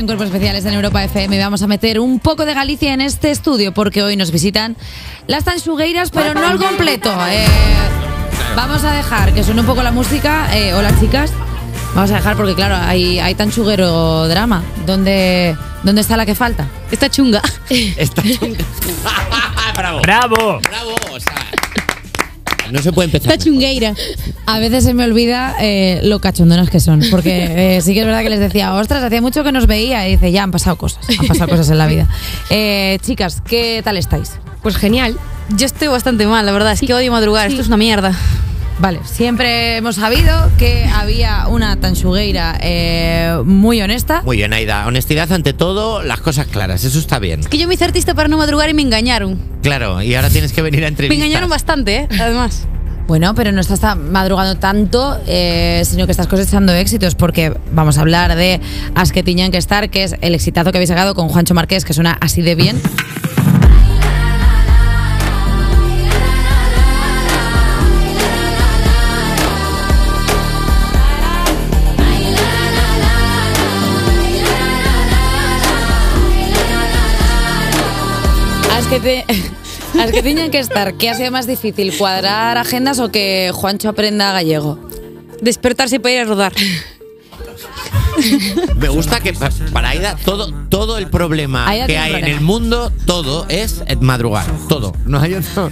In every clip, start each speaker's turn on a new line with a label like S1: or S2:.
S1: En Cuerpos Especiales en Europa FM vamos a meter un poco de Galicia en este estudio porque hoy nos visitan las tanxugueiras, pero no al completo. Eh, vamos a dejar que suene un poco la música. Eh, hola chicas. Vamos a dejar porque claro, hay, hay tanchuguero drama. ¿Dónde, ¿Dónde está la que falta?
S2: Está chunga.
S3: Está Bravo.
S4: ¡Bravo!
S3: Bravo. O sea, no se puede empezar.
S2: Está chungueira.
S1: A veces se me olvida eh, lo cachondonas que son, porque eh, sí que es verdad que les decía, ostras, hacía mucho que nos veía, y dice, ya han pasado cosas, han pasado cosas en la vida. Eh, chicas, ¿qué tal estáis?
S2: Pues genial.
S5: Yo estoy bastante mal, la verdad. Es que odio madrugar. Esto es una mierda.
S1: Vale, siempre hemos sabido que había una tanchugueira eh, muy honesta.
S3: Muy bien, Aida. Honestidad ante todo, las cosas claras. Eso está bien.
S5: Que yo me hice artista para no madrugar y me engañaron.
S3: Claro, y ahora tienes que venir a
S5: Me
S3: entrevistas.
S5: engañaron bastante, ¿eh? Además.
S1: Bueno, pero no estás tan- madrugando tanto, eh, sino que estás cosechando éxitos, porque vamos a hablar de As que tiñan que estar, que es el exitazo que habéis sacado con Juancho Marqués, que suena así de bien. As que, te, as que tiñan que estar, ¿qué ha sido más difícil, cuadrar agendas o que Juancho aprenda gallego?
S5: Despertarse para ir a rodar.
S3: Me gusta que pa- para Aida todo, todo el problema
S1: Aida
S3: que
S1: tiene
S3: hay
S1: un
S3: en
S1: problema.
S3: el mundo, todo es eh, madrugar. Todo. No hay otro.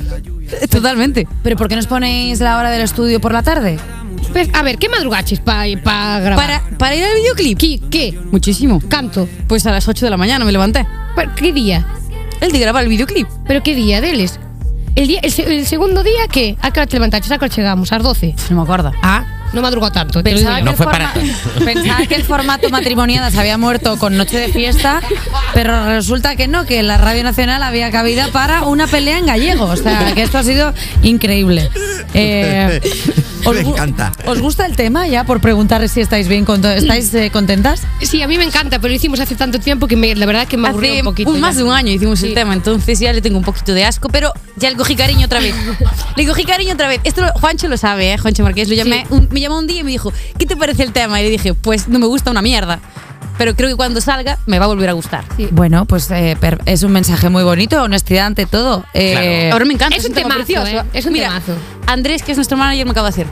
S5: Totalmente.
S1: ¿Pero por qué nos ponéis la hora del estudio por la tarde?
S2: Pues, a ver, ¿qué madrugaches para grabar?
S5: Para, para ir al videoclip.
S2: ¿Qué? ¿Qué?
S5: Muchísimo.
S2: ¿Canto?
S5: Pues a las 8 de la mañana me levanté.
S2: ¿Pero ¿Qué día?
S5: El de grabar el videoclip.
S2: ¿Pero qué día, Deles? ¿El, día, el, se- el segundo día qué? ¿A qué hora te levantaste? ¿A qué hora llegamos? ¿A las 12?
S5: No me acuerdo.
S2: Ah, no madrugó tanto. te lo digo
S1: Pensaba,
S2: yo.
S3: No
S1: que
S3: fue
S1: el
S3: para tanto.
S1: pensaba que el formato matrimonial se había muerto con noche de fiesta, pero resulta que no, que en la Radio Nacional había cabida para una pelea en gallego. O sea, que esto ha sido increíble. Eh,
S3: Me
S1: gu-
S3: encanta.
S1: ¿Os gusta el tema ya por preguntar si estáis bien con todo? ¿Estáis eh, contentas?
S2: Sí, a mí me encanta, pero lo hicimos hace tanto tiempo que me- la verdad que me aburrió
S5: Hace pues,
S2: un poquito.
S5: más
S2: ya.
S5: de un año hicimos el
S2: Sí.
S5: tema, entonces ya le tengo un poquito de asco, pero ya le cogí cariño otra vez. le cogí cariño otra vez. Esto lo- Juancho lo sabe, ¿eh? Juancho Marqués. Lo llamé, un- me llamó un día y me dijo, ¿qué te parece el tema? Y le dije, pues no me gusta una mierda. Pero creo que cuando salga me va a volver a gustar.
S2: Sí.
S1: Bueno, pues eh, per- es un mensaje muy bonito, honestidad ante todo. Eh,
S5: Ahora me encanta.
S2: Es un temazo, ¿eh? Es un
S5: Mira,
S2: temazo.
S5: Andrés, que es nuestro manager, me acaba de hacer.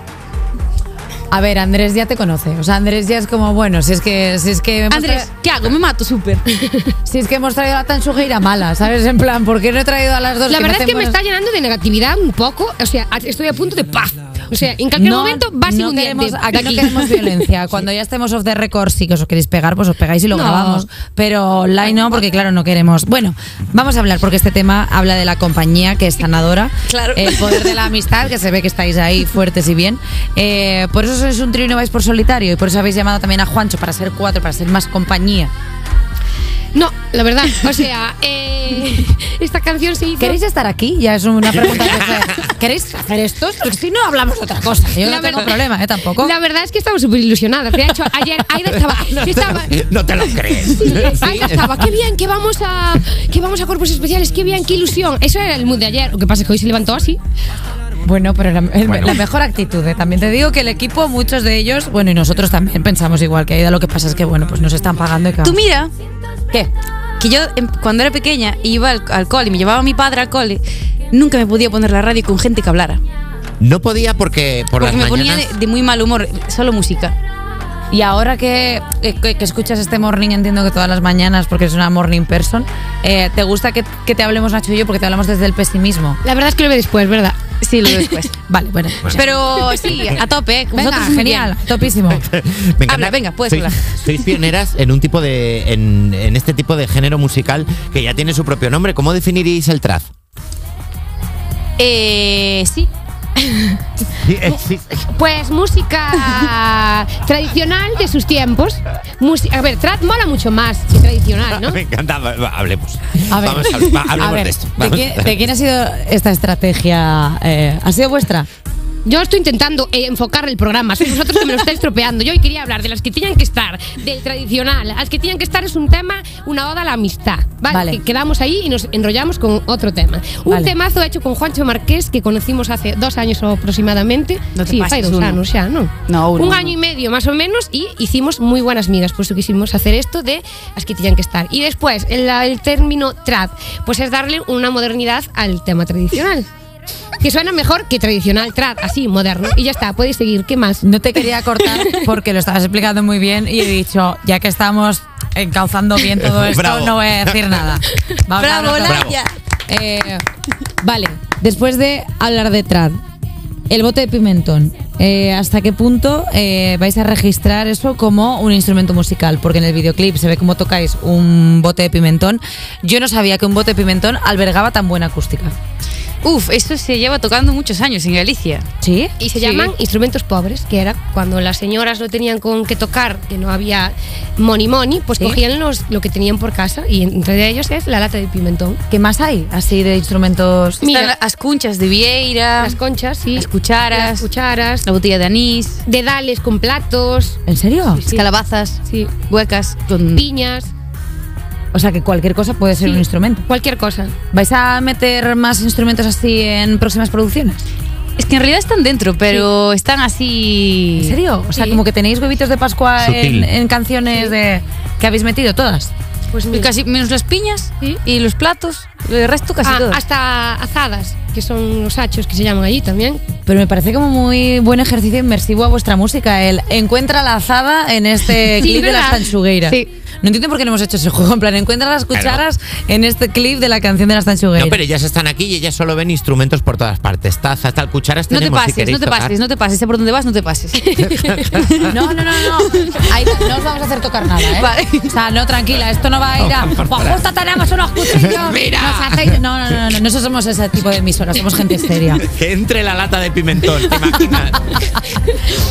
S1: A ver, Andrés ya te conoce. O sea, Andrés ya es como, bueno, si es que, si es que hemos
S5: Andrés, ¿qué hago? Me mato súper.
S1: tra- si es que hemos traído a Tansujeira mala, ¿sabes? En plan, ¿por qué no he traído a las dos?
S2: La
S1: no
S2: verdad es que
S1: hacen
S2: me está
S1: buenas-
S2: llenando de negatividad un poco. O sea, a- estoy a punto de paz. O sea, en cualquier
S1: No,
S2: momento vas sin
S1: no
S2: un diente
S1: queremos,
S2: de
S1: aquí no
S2: aquí.
S1: queremos violencia. Cuando ya estemos off the record, sí que os queréis pegar, pues os pegáis y lo
S2: No.
S1: grabamos. Pero online no, porque claro, no queremos. Bueno, vamos a hablar porque este tema habla de la compañía que es sanadora.
S5: Claro.
S1: El poder de la amistad, que se ve que estáis ahí fuertes y bien. Eh, por eso sois un trío y no vais por solitario. Y por eso habéis llamado también a Juancho para ser cuatro, para ser más compañía.
S2: No, la verdad. O sea, eh, esta canción se hizo.
S1: ¿Queréis estar aquí? Ya es una pregunta que os- ¿Queréis hacer esto? Porque si no, hablamos otra cosa. Yo
S2: La
S1: no tengo
S2: verdad-
S1: problema, ¿eh? Tampoco.
S2: La verdad es que estaba súper ilusionada. De hecho, ayer Aida estaba. estaba
S3: No te lo crees.
S2: Sí, Aida estaba, qué bien, que vamos a que vamos a cuerpos especiales, qué bien, qué ilusión. Eso era el mood de ayer. Lo que pasa es que hoy se levantó así.
S1: Bueno, pero la, el-
S3: Bueno.
S1: la mejor actitud. ¿eh? También te digo que el equipo, muchos de ellos, bueno, y nosotros también pensamos igual que Aida. Lo que pasa es que, bueno, pues nos están pagando y que
S5: Tú
S1: vamos.
S5: mira,
S1: ¿Qué?
S5: que yo em, cuando era pequeña y iba al, al cole, me llevaba a mi padre al cole, nunca me podía poner la radio con gente que hablara.
S3: No podía porque por
S5: porque me
S3: las mañanas.
S5: ponía de, de muy mal humor, solo música.
S1: Y ahora que, que- que escuchas este morning, entiendo que todas las mañanas, porque es una morning person, eh, ¿te gusta que, que te hablemos, Nacho y yo? Porque te hablamos desde el pesimismo.
S2: La verdad es que lo ve después, ¿verdad?
S5: Sí, lo después.
S1: Vale, bueno.
S5: Pero sí, a tope, ¿eh?
S1: Venga,
S5: Vosotros muy bien.
S1: genial, topísimo.
S3: Me
S5: Habla, venga, puedes
S3: sois,
S5: hablar.
S3: Sois pioneras en un tipo de. En, en este tipo de género musical que ya tiene su propio nombre. ¿Cómo definiríais el traz?
S5: Eh, sí,
S3: Sí, eh, sí.
S2: Pues música tradicional de sus tiempos. Musi- a ver, trad mola mucho más que tradicional, Ah, ¿no?
S3: Me encanta, va- va, hablemos.
S1: A ver,
S3: Vamos, hable- va,
S1: a
S3: hablemos
S1: ver,
S3: de esto.
S1: ¿de,
S3: Vamos.
S1: quién, de quién ha sido esta estrategia? eh, ¿Ha sido vuestra?
S2: Yo estoy intentando eh, enfocar el programa. Sois vosotros que me lo estáis tropeando. Yo hoy quería hablar de las que tienen que estar, del tradicional. Las que tienen que estar es un tema, una oda a la amistad. Vale.
S1: Vale.
S2: que quedamos ahí y nos enrollamos con otro tema. Un
S1: Vale.
S2: temazo hecho con Juancho Marqués que conocimos hace dos años aproximadamente.
S5: No te
S2: sí,
S5: pases,
S2: fai dos
S5: uno.
S2: años ya, ¿no?
S5: No, uno,
S2: Un
S5: uno.
S2: año y medio más o menos y hicimos muy buenas migas. Por eso quisimos hacer esto de las que tienen que estar. Y después, el, el término trad, pues es darle una modernidad al tema tradicional. Que suena mejor que tradicional, trad, así, moderno. Y ya está, podéis seguir. ¿Qué más?
S1: No te quería cortar porque lo estabas explicando muy bien y he dicho, ya que estamos encauzando bien todo esto,
S3: Bravo.
S1: no voy a decir nada. Vamos a
S5: Bravo,
S1: hablar de-
S5: Laia.
S1: Eh, vale, después de hablar de trad, el bote de pimentón, eh, ¿hasta qué punto eh, vais a registrar eso como un instrumento musical? Porque en el videoclip se ve cómo tocáis un bote de pimentón. Yo no sabía que un bote de pimentón albergaba tan buena acústica.
S5: Uf, esto se lleva tocando muchos años en Galicia.
S1: ¿Sí?
S2: Y se
S5: Sí.
S2: llaman instrumentos pobres, que era cuando las señoras no tenían con qué tocar, que no había money money, pues
S1: Sí.
S2: cogían los, lo que tenían por casa y entre ellos es la lata de pimentón.
S1: ¿Qué más hay así de instrumentos?
S2: Mira.
S5: Están las cunchas de Vieira,
S2: Las conchas, sí.
S5: Ah. Las cucharas.
S2: Las cucharas.
S5: la botella de anís,
S2: Dedales con platos.
S1: ¿En serio?
S5: las calabazas,
S2: Sí.
S5: huecas, con
S2: Piñas.
S1: O sea que cualquier cosa puede ser
S2: Sí.
S1: un instrumento.
S2: Cualquier cosa.
S1: ¿Vais a meter más instrumentos así en próximas producciones?
S5: Es que en realidad están dentro, pero están así.
S1: ¿En serio? O sea,
S2: Sí.
S1: como que tenéis huevitos de Pascua en,
S3: Sutil.
S1: en canciones de, que habéis metido todas.
S2: Pues
S5: Y Casi menos las piñas
S2: Sí.
S5: y los platos, el resto casi
S2: Ah,
S5: todo.
S2: hasta azadas, que son los hachos que se llaman allí también.
S1: Ah. Pero me parece como muy buen ejercicio inmersivo a vuestra música. El encuentra la azada en este
S2: Sí,
S1: clip de las
S2: ¿verdad?
S1: tanchugueiras.
S2: Sí.
S1: No entiendo por qué no hemos hecho ese juego. En plan, encuentra las cucharas en este clip de la canción de las tanchugueiras.
S3: No, pero ellas están aquí y ellas solo ven instrumentos por todas partes. Tazas, tal, cucharas
S5: no te
S3: tenemos, si
S5: pases,
S3: queréis
S5: no te
S3: tocar.
S5: pases, no te pases. Sé por dónde vas, no te pases.
S1: No, no, no, no. Ahí no os vamos a hacer tocar nada, ¿eh?
S5: Vale.
S1: O sea, no, tranquila, esto no va a ir a. Pues justo tenemos unos cuchillos.
S3: Mira.
S1: Nos hacéis. No, no, no, no. Nosotros somos ese tipo de emisoras, somos gente seria.
S3: Que entre la lata de pimentón, ¿te imaginas?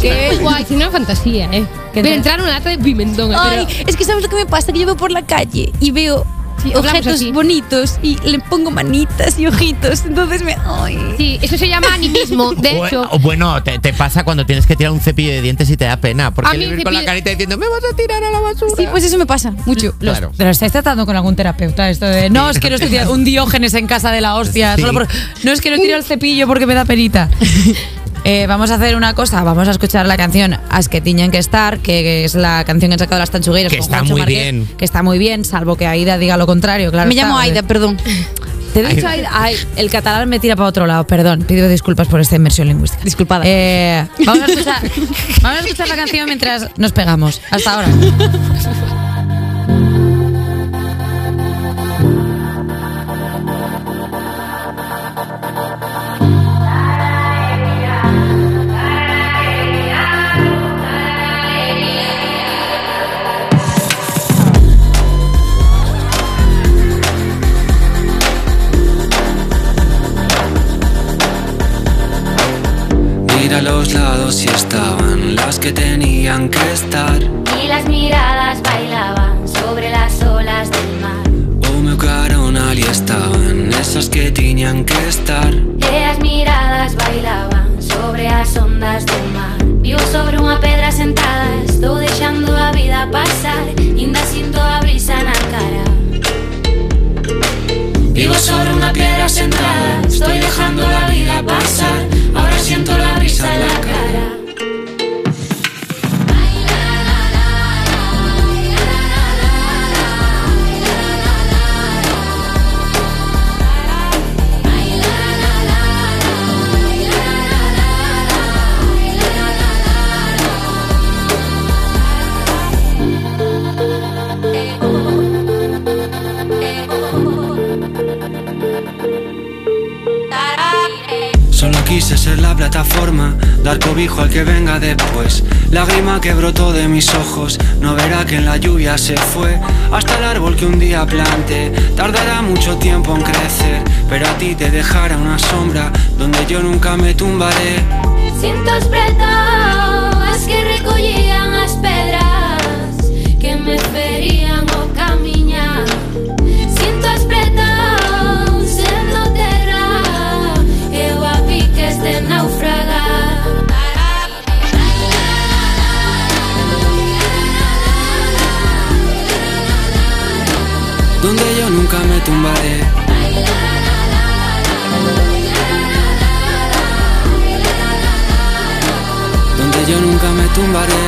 S2: Qué guay, es una fantasía, ¿eh?
S1: ¿Qué
S2: Pero
S1: tal?
S2: entrar una lata de pimentón.
S5: Ay,
S2: pero-
S5: es que sabes lo que me pasa, que yo veo por la calle y veo
S2: Sí, hablamos
S5: objetos
S2: así.
S5: bonitos y le pongo manitas y ojitos, entonces me... Ay.
S2: Sí, eso se llama animismo, de
S3: O-
S2: hecho.
S3: o bueno, te, te pasa cuando tienes que tirar un cepillo de dientes y te da pena.
S2: A
S3: Porque
S2: mí
S3: le ves
S2: el
S3: con la
S2: cepillo-
S3: carita diciendo, me vas a tirar a la basura.
S5: Sí, pues eso me pasa mucho.
S3: Claro.
S1: Pero estáis tratando con algún terapeuta esto de. No, es que no estoy tirando un diógenes en casa de la hostia.
S3: Sí.
S1: Solo por- no, es que no tiro el cepillo porque me da perita. Eh, vamos a hacer una cosa, vamos a escuchar la canción As que tiñen que estar, que es la canción que han sacado las tanchugueiras.
S3: Que
S1: con
S3: está
S1: Juancho
S3: muy
S1: Marqués,
S3: bien.
S1: Que está muy bien, salvo que Aida diga lo contrario, claro.
S5: me
S1: está, eh,
S5: llamo
S1: porque-
S5: Aida, perdón.
S1: Te he dicho, ay, ay, el catalán me tira para otro lado, perdón. Pido disculpas por esta inmersión lingüística.
S5: Disculpada.
S1: Eh, vamos, a escuchar, vamos a escuchar la canción mientras nos pegamos. Hasta ahora.
S4: Mira a los lados si estaban las que tenían que estar.
S6: Y las miradas bailaban sobre las olas del mar.
S4: O me caron al y estaban esas que tenían que estar.
S6: Las miradas bailaban sobre as ondas do mar. Vivo sobre unha pedra sentada, estou deixando a vida pasar, inda sinto a brisa na cara.
S4: Vivo sobre una piedra sentada, estoy dejando la vida pasar. Ahora siento la brisa en la cara. Solo quise ser la plataforma, dar cobijo al que venga después. Lágrima que brotó de mis ojos, no verá que en la lluvia se fue. Hasta el árbol que un día plante, tardará mucho tiempo en crecer. Pero a ti te dejará una sombra donde yo nunca me tumbaré.
S6: Siento os bretaos que recollían as pedras que me ferían o camiñar Siento os bretaos sendo terra eu a piques de naufragar
S4: donde yo nunca me tumbaré. Donde yo nunca me tumbaré.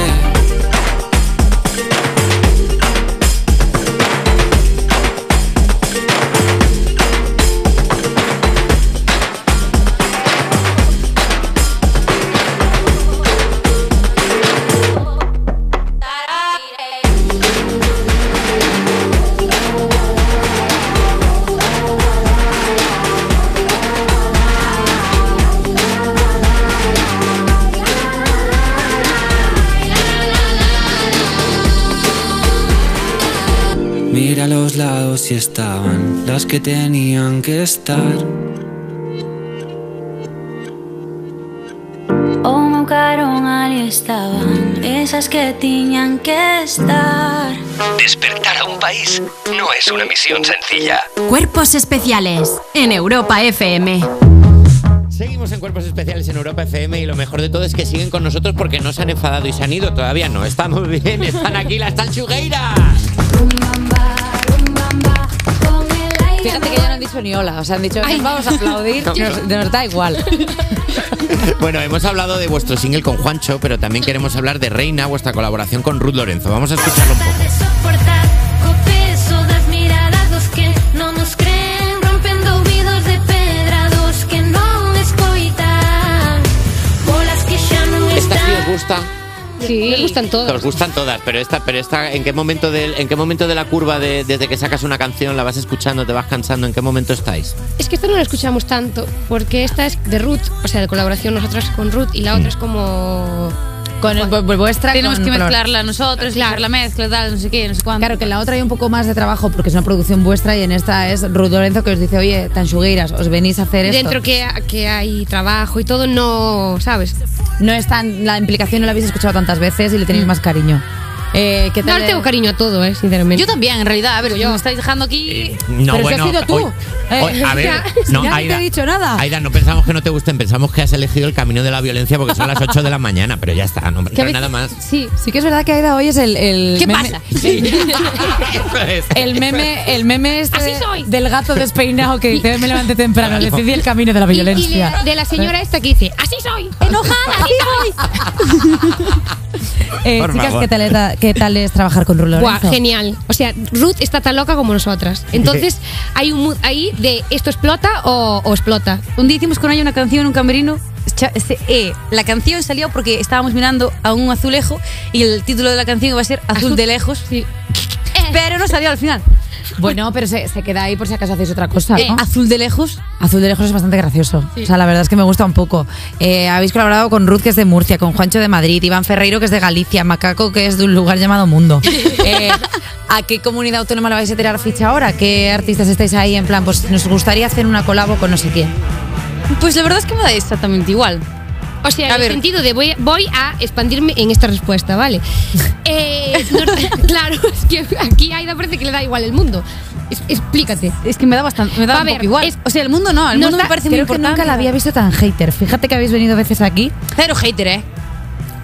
S4: Mira a los lados si estaban las que tenían que estar.
S6: O mocaron ali estaban esas que tiñan que estar.
S7: Despertar a un país no es una misión sencilla.
S8: Cuerpos especiales en Europa FM.
S3: Seguimos en Cuerpos Especiales en Europa FM y lo mejor de todo es que siguen con nosotros porque no se han enfadado y se han ido. Todavía no, estamos bien, están aquí las tanchugueiras.
S1: Fíjate que ya no han dicho ni hola, o sea, han dicho vamos a aplaudir, nos, nos da igual.
S3: Bueno, hemos hablado de vuestro single con Juancho, pero también queremos hablar de Reina, vuestra colaboración con Ruth Lorenzo. Vamos a escucharlo un poco.
S6: de soportar co peso das miradas dos que non nos creen rompendo ouvidos de pedra dos que non escoitan polas que xa non
S3: Esta sí
S6: están
S3: os gusta.
S2: Sí. Nos gustan todos.
S3: Os gustan todas, pero esta, pero esta, ¿en qué momento del, en qué momento de la curva de, desde que sacas una canción la vas escuchando, te vas cansando? ¿En qué momento estáis?
S2: Es que esta no la escuchamos tanto, porque esta es de Ruth, o sea, de colaboración nosotras con Ruth, y la otra es como.
S1: Con el- vu- vuestra
S5: Tenemos
S1: con
S5: que
S1: Flor.
S5: mezclarla nosotros, hacer la mezcla, tal, no sé qué, no sé cuánto.
S1: Claro, que en la otra hay un poco más de trabajo porque es una producción vuestra y en esta es Ruth Lorenzo que os dice, oye, tanchugueiras, os venís a hacer esto.
S2: Dentro que, que hay trabajo y todo, no. ¿Sabes?
S1: No es tan, la implicación no la habéis escuchado tantas veces y le tenéis más cariño. Eh, ¿qué
S2: No
S1: tal?
S2: le tengo cariño a todo, eh, sinceramente.
S5: Yo también, en realidad, a ver, yo me estáis dejando aquí.
S1: Eh,
S3: No,
S1: Pero si has sido tú.
S3: hoy-
S1: Eh,
S3: hoy- a ver,
S1: ya-
S3: no,
S1: ya ni te
S3: Aida,
S1: he dicho nada.
S3: Aida, no pensamos que no te gusten, pensamos que has elegido el camino de la violencia porque son las 8 de la mañana, pero ya está, no,
S1: Que
S3: no
S1: a veces-
S3: nada más.
S1: Sí, sí que es verdad que Aida hoy es el... el
S5: ¿Qué
S1: meme-
S5: pasa?
S3: Sí. Eso es.
S1: El meme, el meme este
S2: Así
S1: de-
S2: soy.
S1: del gato despeinado que dice me levanté temprano, decidí el camino de la
S2: Y- y
S1: violencia.
S2: de, de la señora esta que dice, así soy, enojada, así soy.
S1: Eh,
S3: Por
S1: chicas,
S3: favor.
S1: ¿qué tal, eta- qué tal es trabajar con Rulo
S2: Buah,
S1: Lorenzo?
S2: genial. O sea, Ruth está tan loca como nosotras. Entonces, hay un mood ahí de esto explota o, o explota.
S5: Un día hicimos con ella una canción en un camerino. Cha- este, eh, la canción salió porque estábamos mirando a un azulejo y el título de la canción iba a ser Azul de lejos. Pero no salió al final.
S1: Bueno, pero se, se queda ahí por si acaso hacéis otra cosa,
S5: Eh,
S1: ¿no?
S5: azul de lejos.
S1: Azul de lejos es bastante gracioso. O sea, la verdad es que me gusta un poco. Eh, habéis colaborado con Ruth, que es de Murcia, con Juancho de Madrid, Iván Ferreiro, que es de Galicia, Macaco, que es de un lugar llamado Mundo. Eh, ¿A qué comunidad autónoma le vais a tirar ficha ahora? ¿Qué artistas estáis ahí? En plan, pues nos gustaría hacer una colabo con no sé quién.
S5: Pues la verdad es que me da exactamente igual.
S2: O sea,
S5: A
S2: en
S5: ver.
S2: el sentido de voy, voy a expandirme en esta respuesta, ¿vale? Eh, no- claro, es que aquí Aida parece que le da igual el mundo. Es- explícate.
S5: Es que me da bastante, me da
S2: Va a
S5: un
S2: ver,
S5: poco igual.
S2: es-
S5: o sea, el mundo no, el
S2: no
S5: mundo me
S2: está-
S5: parece muy
S1: Creo que
S5: importante.
S1: nunca la había visto tan hater. Fíjate que habéis venido veces aquí.
S5: Pero hater, ¿eh?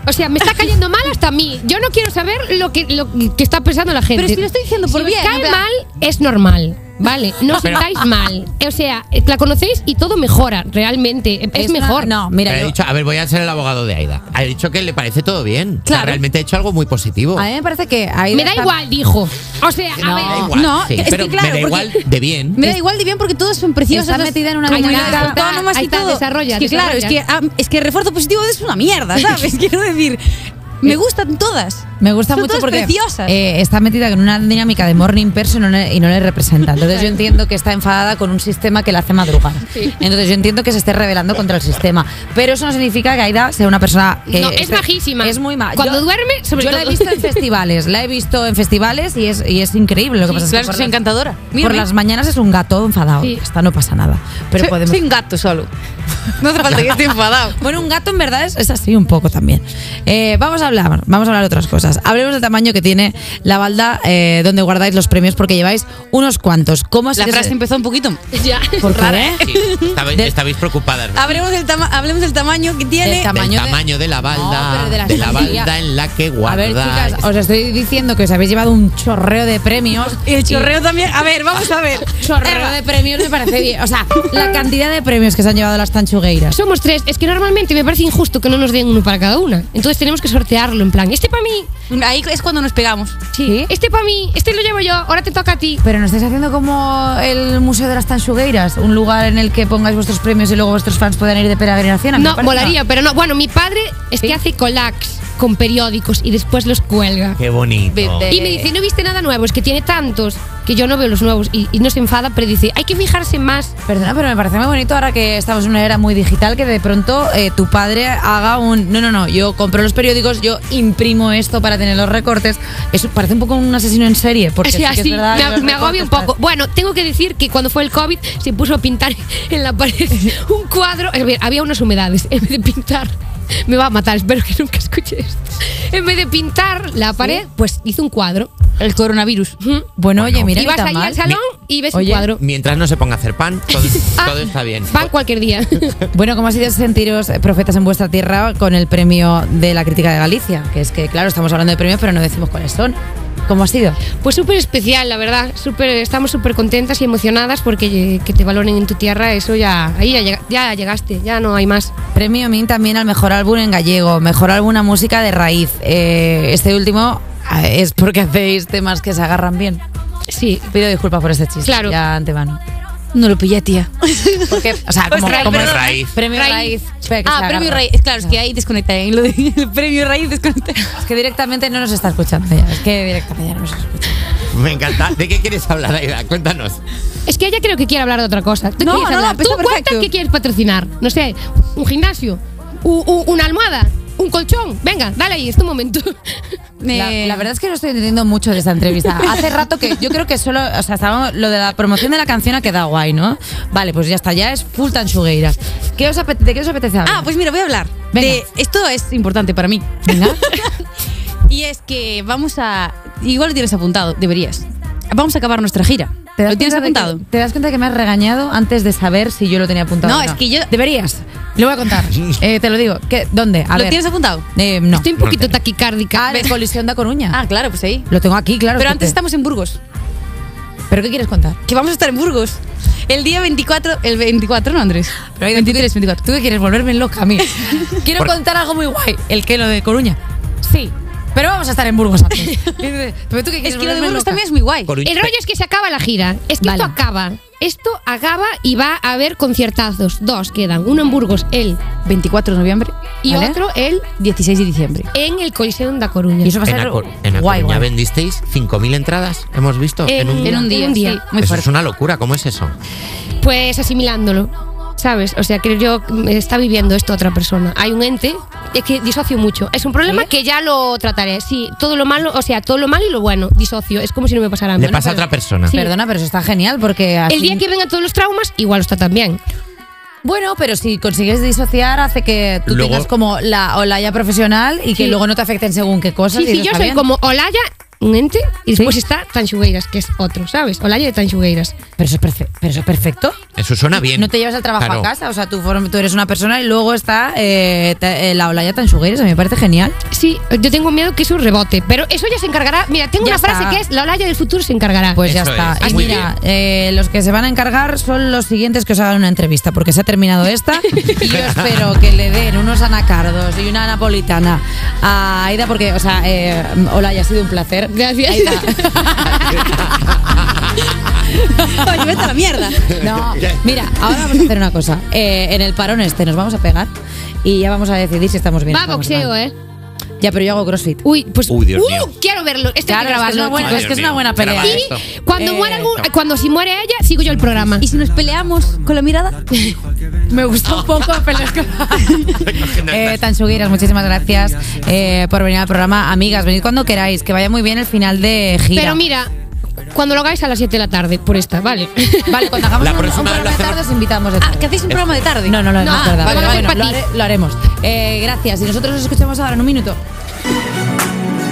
S2: O sea, me está cayendo mal hasta a mí. Yo no quiero saber lo que, lo que está pensando la gente.
S5: Pero si lo estoy diciendo por
S2: si
S5: bien,
S2: Os cae
S5: en plan-
S2: mal, es normal. Vale, no os
S3: Pero-
S2: sintáis mal. O sea, eh, la conocéis y todo mejora, realmente. Es,
S1: una-
S2: mejor.
S1: no, mira,
S3: Pero ha
S1: yo-
S3: dicho, a ver, voy a ser el abogado de Aida. Ha dicho que le parece todo bien. O sea,
S1: Claro.
S3: realmente ha hecho algo muy positivo.
S1: a mí me parece que ahí
S2: Me da igual, dijo. O sea,
S3: No,
S2: a ver.
S3: igual,
S5: no,
S3: sí,
S5: es que
S3: pero me da
S5: claro, porque-
S3: igual de bien.
S5: Me da igual de bien porque todas son preciosas.
S1: Está
S5: las-
S1: metida en una
S5: Ay,
S2: dinámica.
S5: claro,
S2: Ahí está,
S5: autónomas
S2: ahí
S5: y
S2: está,
S5: todo.
S2: desarrolla,
S5: Es que claro, es que,
S2: desarrolla.
S5: ah, es que refuerzo positivo es una mierda, ¿sabes? Quiero decir, me gustan todas.
S1: Me gusta
S5: Son
S1: mucho
S5: todas
S1: porque
S5: preciosas.
S1: eh, está metida en una dinámica de morning person y no le- y no le representa. Entonces yo entiendo que está enfadada con un sistema que la hace madrugar. Entonces yo entiendo que se esté rebelando contra el sistema. Pero eso no significa que Aida sea una persona que
S2: No, es majísima.
S1: Es muy mal.
S2: Cuando duerme, sobre
S1: yo la he
S2: todo.
S1: visto en festivales, la he visto en festivales y es, y es increíble. Lo que pasa es que
S5: Claro,
S1: por
S5: soy
S1: las-
S5: encantadora. Mira,
S1: por
S5: mira.
S1: las mañanas es un gato enfadado.
S2: Sí.
S1: Hasta no pasa nada. Pero
S5: soy,
S1: podemos
S5: soy un gato solo. No hace falta que esté enfadado.
S1: Bueno, un gato en verdad es, es así un poco también. Eh, vamos a hablar, vamos a hablar de otras cosas. Hablemos del tamaño que tiene la balda eh, donde guardáis los premios porque lleváis unos cuantos. ¿Cómo es
S5: La
S1: que se-
S5: frase empezó un poquito. ¿eh?
S2: Ya.
S1: ¿Por qué?
S3: Sí, estabais, estabais preocupadas. ¿no?
S5: Hablemos del, tama- hablemos del tamaño que tiene.
S1: Del tamaño
S3: del
S1: de-
S3: tamaño de la
S1: No,
S3: balda,
S1: pero
S3: de
S1: de
S3: la,
S1: la sencilla.
S3: balda en la que
S1: A ver,
S3: guardáis.
S1: chicas, os estoy diciendo que os habéis llevado un chorreo de premios.
S5: Y el
S1: y-
S5: chorreo también. A ver, vamos a ver.
S1: Chorreo de premios me parece bien. O sea, la cantidad de premios que se han llevado las tanchugueiras.
S2: Somos tres. Es que normalmente me parece injusto que no nos den uno para cada una. Entonces tenemos que sortearlo en plan, este para mí,
S5: Ahí es cuando nos pegamos.
S1: Sí.
S2: este para mí, este lo llevo yo, ahora te toca a ti.
S1: Pero no estáis haciendo como el Museo de las Tanchugueiras, un lugar en el que pongáis vuestros premios y luego vuestros fans puedan ir de peregrinación. A mí Ah, me
S2: No,
S1: parece
S2: molaría, pero no. Bueno, mi padre es que hace colacs con periódicos y después los cuelga.
S3: Qué bonito.
S2: Y me dice, no viste nada nuevo, es que tiene tantos que yo no veo los nuevos y, y no se enfada, pero dice, hay que fijarse más.
S1: Perdona, pero me parece muy bonito ahora que estamos en una era muy digital que de pronto eh, tu padre haga un. No, no, no, yo compro los periódicos, yo imprimo esto para tener los recortes. Eso parece un poco un asesino en serie, porque
S2: O
S1: sí,
S2: sea,
S1: que es
S2: sí,
S1: verdad que
S2: me,
S1: los
S2: me agobia un
S1: recortes
S2: poco. Bueno, tengo que decir que cuando fue el COVID se puso a pintar en la pared un cuadro. A ver, había unas humedades. En vez de pintar, me va a matar, espero que nunca escuche esto. En vez de pintar la pared, pues hizo un cuadro.
S5: El coronavirus.
S2: Ujú.
S1: parecen- Bueno, oye, mira,
S2: y
S1: ni
S2: vas
S1: tan
S2: allí
S1: mal.
S2: al salón y ves
S1: Oye,
S2: un cuadro.
S3: Mientras no se ponga a hacer pan, todo,
S2: Ah,
S3: todo está bien.
S2: Van cualquier día.
S1: Bueno, ¿cómo ha sido sentiros eh, profetas en vuestra tierra con el premio de la crítica de Galicia? Que es que, claro, estamos hablando de premios, pero no decimos cuáles son. ¿Cómo ha sido?
S2: Pues súper especial, la verdad. Súper- estamos súper contentas y emocionadas porque eh, que te valoren en tu tierra, eso ya, ahí ya, llega- ya llegaste, ya no hay más.
S1: Premio MIN también al mejor álbum en gallego, mejor álbum a música de raíz. Eh, este último ah, es porque hacéis temas que se agarran bien.
S2: Sí.
S1: Pido disculpas por este chiste.
S2: Claro.
S1: Ya antemano.
S5: No lo pillé, tía.
S1: Porque, o sea,
S5: Pues
S1: como,
S5: raíz,
S1: como
S5: perdón,
S3: Raíz.
S1: Premio raíz. pe- que se
S5: Ah,
S1: agarra.
S5: premio raíz. Claro, es que ahí desconecta. ¿eh? Lo de- el premio raíz desconecta.
S1: Es que directamente no nos está escuchando ya. Es que directamente ya no nos escucha.
S3: Me encanta. ¿De qué quieres hablar, Aida? Cuéntanos.
S2: Es que ella creo que quiere hablar de otra cosa. ¿Tú
S5: No, no,
S2: quieres
S5: no,
S2: hablar?
S5: está
S2: ¿Tú cuenta
S5: perfecto.
S2: qué quieres patrocinar? No sé, un gimnasio, u- u- una almohada, un colchón. Venga, dale ahí, es tu momento.
S1: La,
S5: Eh,
S1: la verdad es que no estoy entendiendo mucho de esta entrevista. Hace rato que yo creo que solo, o sea, estábamos, lo de la promoción de la canción ha quedado guay, ¿no? Vale, pues ya está, ya es full tan sugueiras. ¿Qué os apete- ¿De qué os apetece hablar?
S5: Ah, pues mira, voy a hablar.
S1: Venga.
S5: De, esto es importante para mí.
S1: Venga.
S5: Y es que vamos a. Igual lo tienes apuntado, deberías. Vamos a acabar nuestra gira.
S1: das cuenta
S5: ¿Lo tienes
S1: de que-
S5: apuntado?
S1: ¿Te das cuenta que me has regañado antes de saber si yo lo tenía apuntado?
S5: No,
S1: o
S5: es que yo-
S1: Deberías. Lo voy a contar. Eh, te lo digo. ¿Qué? ¿Dónde? A
S5: ¿Lo
S1: ver.
S5: tienes apuntado?
S1: Eh, no.
S2: Estoy un poquito taquicárdica.
S1: Ah, de colisión de Coruña.
S5: Ah, claro, pues ahí.
S1: Lo tengo aquí, claro.
S5: Pero
S1: que
S5: antes
S1: te-
S5: estamos en Burgos.
S1: ¿Pero qué quieres contar?
S5: Que vamos a estar en Burgos. El día 24. El 24, ¿no, Andrés?
S1: Pero hay 23, 24. Tú que quieres volverme loca a mí. Quiero
S3: Por-
S1: contar algo muy guay. El que lo de Coruña. Sí. Pero vamos a estar en Burgos antes. Y dices, Pero tú que quieres
S5: Es que lo de
S1: volverme
S5: Burgos
S1: loca?
S5: también es muy guay.
S3: Coruña-
S2: El rollo es que se acaba la gira. Es que
S1: Vale.
S2: esto acaba. Esto acaba y va a haber conciertazos. Dos quedan. Uno en Burgos, él.
S5: 24 de noviembre
S2: Y
S1: Vale.
S2: otro, él,
S5: 16 de diciembre.
S2: en el Coliseum da Coruña.
S1: Y eso va a
S3: En,
S1: ser
S3: Acor- en A
S1: guay,
S3: Coruña
S1: guay.
S3: vendisteis 5.000 entradas, hemos visto. En, un
S5: en un día, sí, muy
S3: Eso es
S5: fuerte.
S3: una locura, ¿cómo es eso?
S2: Pues asimilándolo, ¿sabes? O sea, creo yo que me está viviendo esto otra persona. Hay un ente es que disocio mucho. Es un problema que ya lo trataré. Sí, todo lo malo, o sea, todo lo malo y lo bueno, disocio. Es como si no me pasara a mí.
S3: Le pasa a otra persona.
S2: Sí.
S1: Perdona, pero eso está genial porque así-
S2: El día que vengan todos los traumas, igual está también.
S1: Bueno, pero si consigues disociar hace que tú
S3: Luego-
S1: tengas como la olaya profesional y que
S2: Sí.
S1: luego no te afecten según qué cosas.
S2: Sí,
S1: y
S2: sí,
S1: eso
S2: yo
S1: está
S2: soy
S1: bien.
S2: como Olaya, un ente, y después está Tanchugueiras, que es otro, ¿sabes? Olaya de Tanchugueiras.
S1: Pero eso es, perfe- pero eso es perfecto.
S3: Eso suena bien.
S1: No te llevas el trabajo
S3: Claro.
S1: a casa, o sea, tú, form- tú eres una persona y luego está eh, ta- eh, la olaya tan sugueres, a mí me parece genial.
S2: Sí, yo tengo miedo que eso rebote, pero eso ya se encargará. Mira, tengo
S1: Ya
S2: una
S1: está.
S2: frase que es la Olaya del futuro se encargará.
S1: Pues
S3: Eso
S1: ya está.
S3: es,
S1: Y
S3: muy
S1: mira, eh, los que se van a encargar son los siguientes que os hagan una entrevista, porque se ha terminado esta. y yo espero que le den unos anacardos y una napolitana a Aida, porque, o sea, eh, hola, ya ha sido un placer.
S2: Gracias.
S1: Aida.
S5: Oye, vete a la mierda.
S1: No, mira, ahora vamos a hacer una cosa. Eh, en el parón este nos vamos a pegar y ya vamos a decidir si estamos bien.
S2: Va
S1: estamos
S2: boxeo,
S1: mal.
S2: ¿eh?
S1: Ya, pero yo hago crossfit.
S2: Uy, pues.
S3: Uy, Dios
S2: uh,
S3: mío.
S2: quiero verlo. Esto
S1: Claro,
S2: hay que
S1: es que es
S2: grabarlo,
S1: una buena,
S2: chicos.
S1: es que es una buena pelea.
S3: Graba
S2: Y
S3: esto.
S2: cuando,
S1: Eh,
S2: muera algún- cuando si muere ella, sigo yo el programa.
S5: Y si nos peleamos con la mirada,
S1: Me gusta un poco pelear con...
S3: cogiendo
S1: eh,
S3: estas.
S1: Tanchugueiras, muchísimas gracias eh, por venir al programa. Amigas, venid cuando queráis, que vaya muy bien el final de gira.
S2: Pero mira, cuando lo hagáis a las 7 de la tarde, por esta, ¿vale?
S1: Vale, pues cuando hagamos
S3: La
S1: un- un,
S3: próxima
S1: programa
S3: lo
S1: de
S3: hacemos-
S1: tarde os invitamos. de
S5: Ah,
S1: tarde.
S5: que hacéis un programa de tarde.
S1: No, no lo
S2: No,
S1: hacemos,
S2: ah,
S1: ¿verdad?
S2: vale,
S1: Pero
S2: vale,
S1: bueno,
S2: para
S1: lo,
S2: ti.
S1: hare- lo haremos. Eh, gracias. Y nosotros os escuchamos ahora en un minuto.